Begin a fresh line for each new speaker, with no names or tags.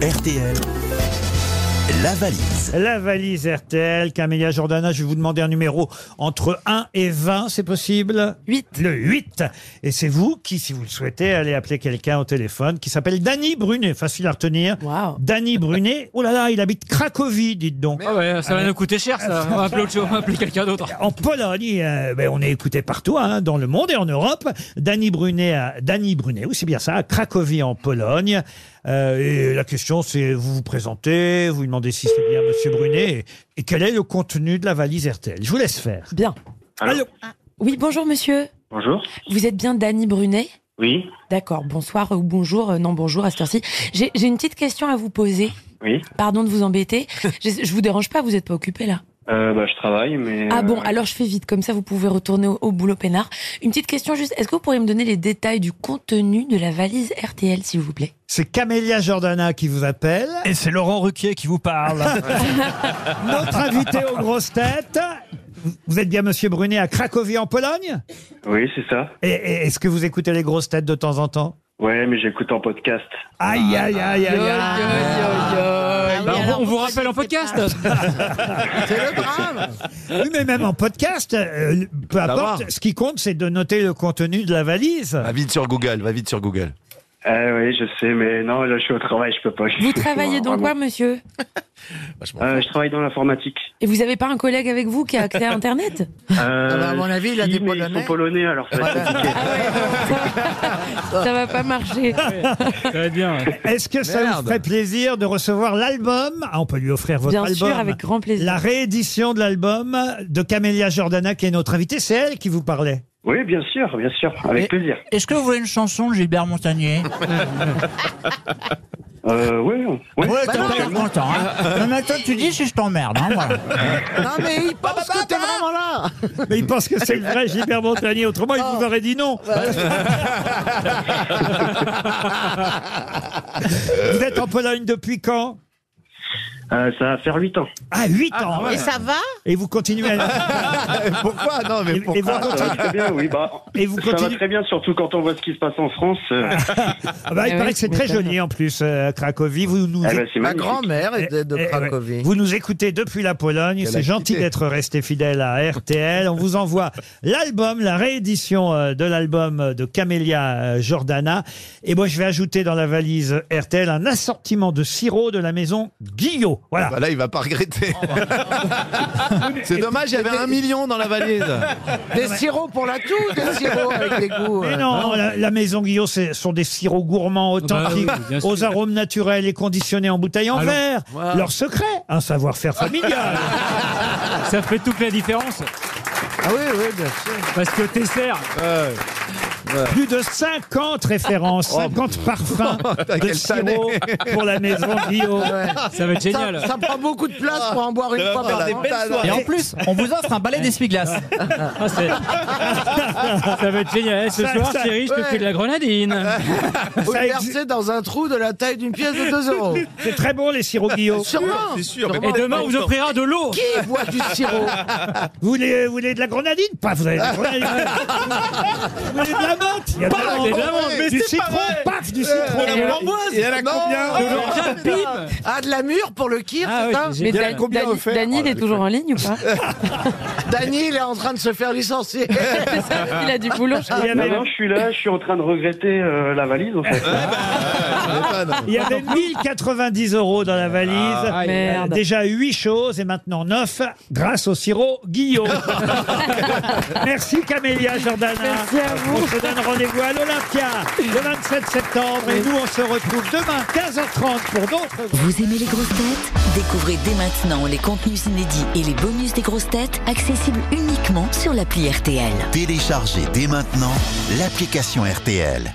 RTL, la valise.
La valise RTL, Camélia Jordana, je vais vous demander un numéro entre 1 et 20, c'est possible
8.
Le 8. Et c'est vous qui, si vous le souhaitez, allez appeler quelqu'un au téléphone qui s'appelle Danny Brunet, facile à retenir.
Wow.
Danny Brunet, oh là là, il habite Cracovie, dites donc.
Ah ouais, ça va nous coûter cher, ça. On va appeler, autre chose, on va appeler quelqu'un d'autre.
En Pologne, euh, ben, on est écouté partout, hein, dans le monde et en Europe. Danny Brunet, à, Danny Brunet, oui c'est bien ça, à Cracovie en Pologne. Euh, et la question c'est, vous vous présentez, vous demandez si c'est bien Monsieur Brunet, et, et quel est le contenu de la valise RTL Je vous laisse faire.
Bien. Ah.
Allô
Oui, bonjour monsieur.
Bonjour.
Vous êtes bien Dany Brunet
Oui.
D'accord, bonsoir ou bonjour, euh, non bonjour à cette heure-ci. J'ai j'ai une petite question à vous poser.
Oui.
Pardon de vous embêter. je, je vous dérange pas, vous n'êtes pas occupé là.
Euh, bah, je travaille, mais.
Ah bon,
euh,
alors je fais vite, comme ça vous pouvez retourner au, au boulot peinard. Une petite question juste, est-ce que vous pourriez me donner les détails du contenu de la valise RTL s'il vous plaît
C'est Camélia Jordana qui vous appelle.
Et c'est Laurent Ruquier qui vous parle.
Notre invité aux grosses têtes. Vous êtes bien Monsieur Brunet à Cracovie en Pologne
Oui, c'est ça.
Et, et est-ce que vous écoutez les grosses têtes de temps en temps
Ouais, mais j'écoute en podcast.
Aïe, aïe, aïe, aïe, aïe.
Bah, on, on vous rappelle en podcast.
Oui, mais même en podcast, euh, peu importe, ce qui compte, c'est de noter le contenu de la valise.
Va vite sur Google, va vite sur Google.
Eh oui, je sais, mais non, là, je suis au travail, je peux pas.
Vous travaillez dans quoi
Vraiment.
monsieur
Euh, Je travaille dans l'informatique.
Et vous avez pas un collègue avec vous qui a accès à Internet
Euh,
Ah bah, à mon avis, il a
si,
des
mais Ils
Polonais.
sont polonais, alors ça va être compliqué.
Ça va pas marcher.
Ça va être bien.
Est-ce que ça vous
Merde.
ferait plaisir de recevoir l'album Ah, On peut lui offrir votre
Bien
album.
sûr, avec grand plaisir.
La réédition de l'album de Camélia Jordana, qui est notre invitée. C'est elle qui vous parlait.
Oui, bien sûr, bien sûr, avec
Et-
plaisir.
Est-ce que vous voulez une chanson de Gilbert Montagnier
Euh, oui, oui.
Ouais, t'as pas l'air content. Hein. Non, mais attends, tu dis si je t'emmerde. Hein, voilà.
Non mais il pense que t'es vraiment là
Mais il pense que c'est le vrai Gilbert Montagnier. Autrement, il vous aurait dit non. vous êtes en Pologne depuis quand
Euh, ça va faire 8 ans.
Ah, 8 ans.
Et ça va
Et vous continuez à...
Pourquoi Non,
et,
mais
et vous
pourquoi
Ça va
continuez-
très bien, oui. Bah,
Et vous
ça va
continuez.
très bien, surtout quand on voit ce qui se passe en France. Euh,
Ah bah, il
Eh
paraît
ouais,
que c'est
tu
très
m'étonnes.
joli en plus, euh, à Cracovie. Vous nous,
eh ben, c'est
Ma
magnifique.
grand-mère était de
Eh, eh, ouais.
Cracovie.
Vous nous écoutez depuis la Pologne. C'est gentil d'être resté fidèle à RTL. On vous envoie l'album, la réédition euh, de l'album de Camélia euh, Jordana. Et moi, je vais ajouter dans la valise RTL un assortiment de sirop de la maison Guillot. Voilà.
Bah Là, il va pas regretter. C'est dommage, il y avait un million dans la valise.
Des sirops pour la toux, des sirops avec des goûts.
Mais
euh.
non, la, la maison Guillot, ce sont des sirops gourmands authentiques,
Bah oui, bien sûr.
aux arômes naturels et conditionnés en bouteille en verre. Leur secret, un savoir-faire familial.
Ça fait toute la différence.
Ah oui, oui, bien sûr.
Parce que Tesser,
Plus de 50 références,
Oh,
50 parfums de
quel tanné.
sirop pour la maison Guillot.
ça va être génial.
Ça, ça prend beaucoup de place pour en boire une
Ah,
fois par an.
Et en plus, on vous offre un balai d'essuie-glace.
Ah, c'est- ça va être génial. Eh, Ce
Ça-
soir,
ça-
chérie, je te
ouais.
fais de la grenadine.
Vous
Ça
le
exi-
versez dans un trou de la taille d'une pièce de 2 euros.
C'est très bon les sirops Guillot.
Sûrement.
sûr.
Et demain, on vous offrira de l'eau.
Qui boit du sirop
Vous voulez, vous voulez de la grenadine Pas, vous avez de la grenadine. vous voulez de la menthe Il y a de la
des
menthe.
amandes, mais
Du
c'est pas
citron,
vrai. Euh,
paf, du citron.
Et elle a combien
De l'orgeat, bim.
Ah, de la mûre pour le kir,
Ah
c'est
oui,
ça
c'est
Mais
génial.
Dan-
combien
Dany,
offert
Dany, il
Oh,
est
les
toujours en ligne ou pas
Dany, il est en train de se faire licencier.
C'est ça, il a du boulot.
Il
je
y
crois.
Non,
avait,
non, je suis là, je suis en train de regretter euh, la valise, en fait.
il y avait 1090 euros dans la valise.
aïe.
Euh,
Merde.
Déjà 8 choses et maintenant 9 grâce au sirop Guillot. Merci Camélia Jordana.
Merci à vous.
On se donne rendez-vous à l'Olympia le 27 septembre et nous on se retrouve demain 15h30 pour d'autres
Vous aimez les grosses têtes Découvrez dès maintenant les contenus inédits et les bonus des grosses têtes accessibles uniquement sur l'appli RTL.
Téléchargez dès maintenant l'application RTL.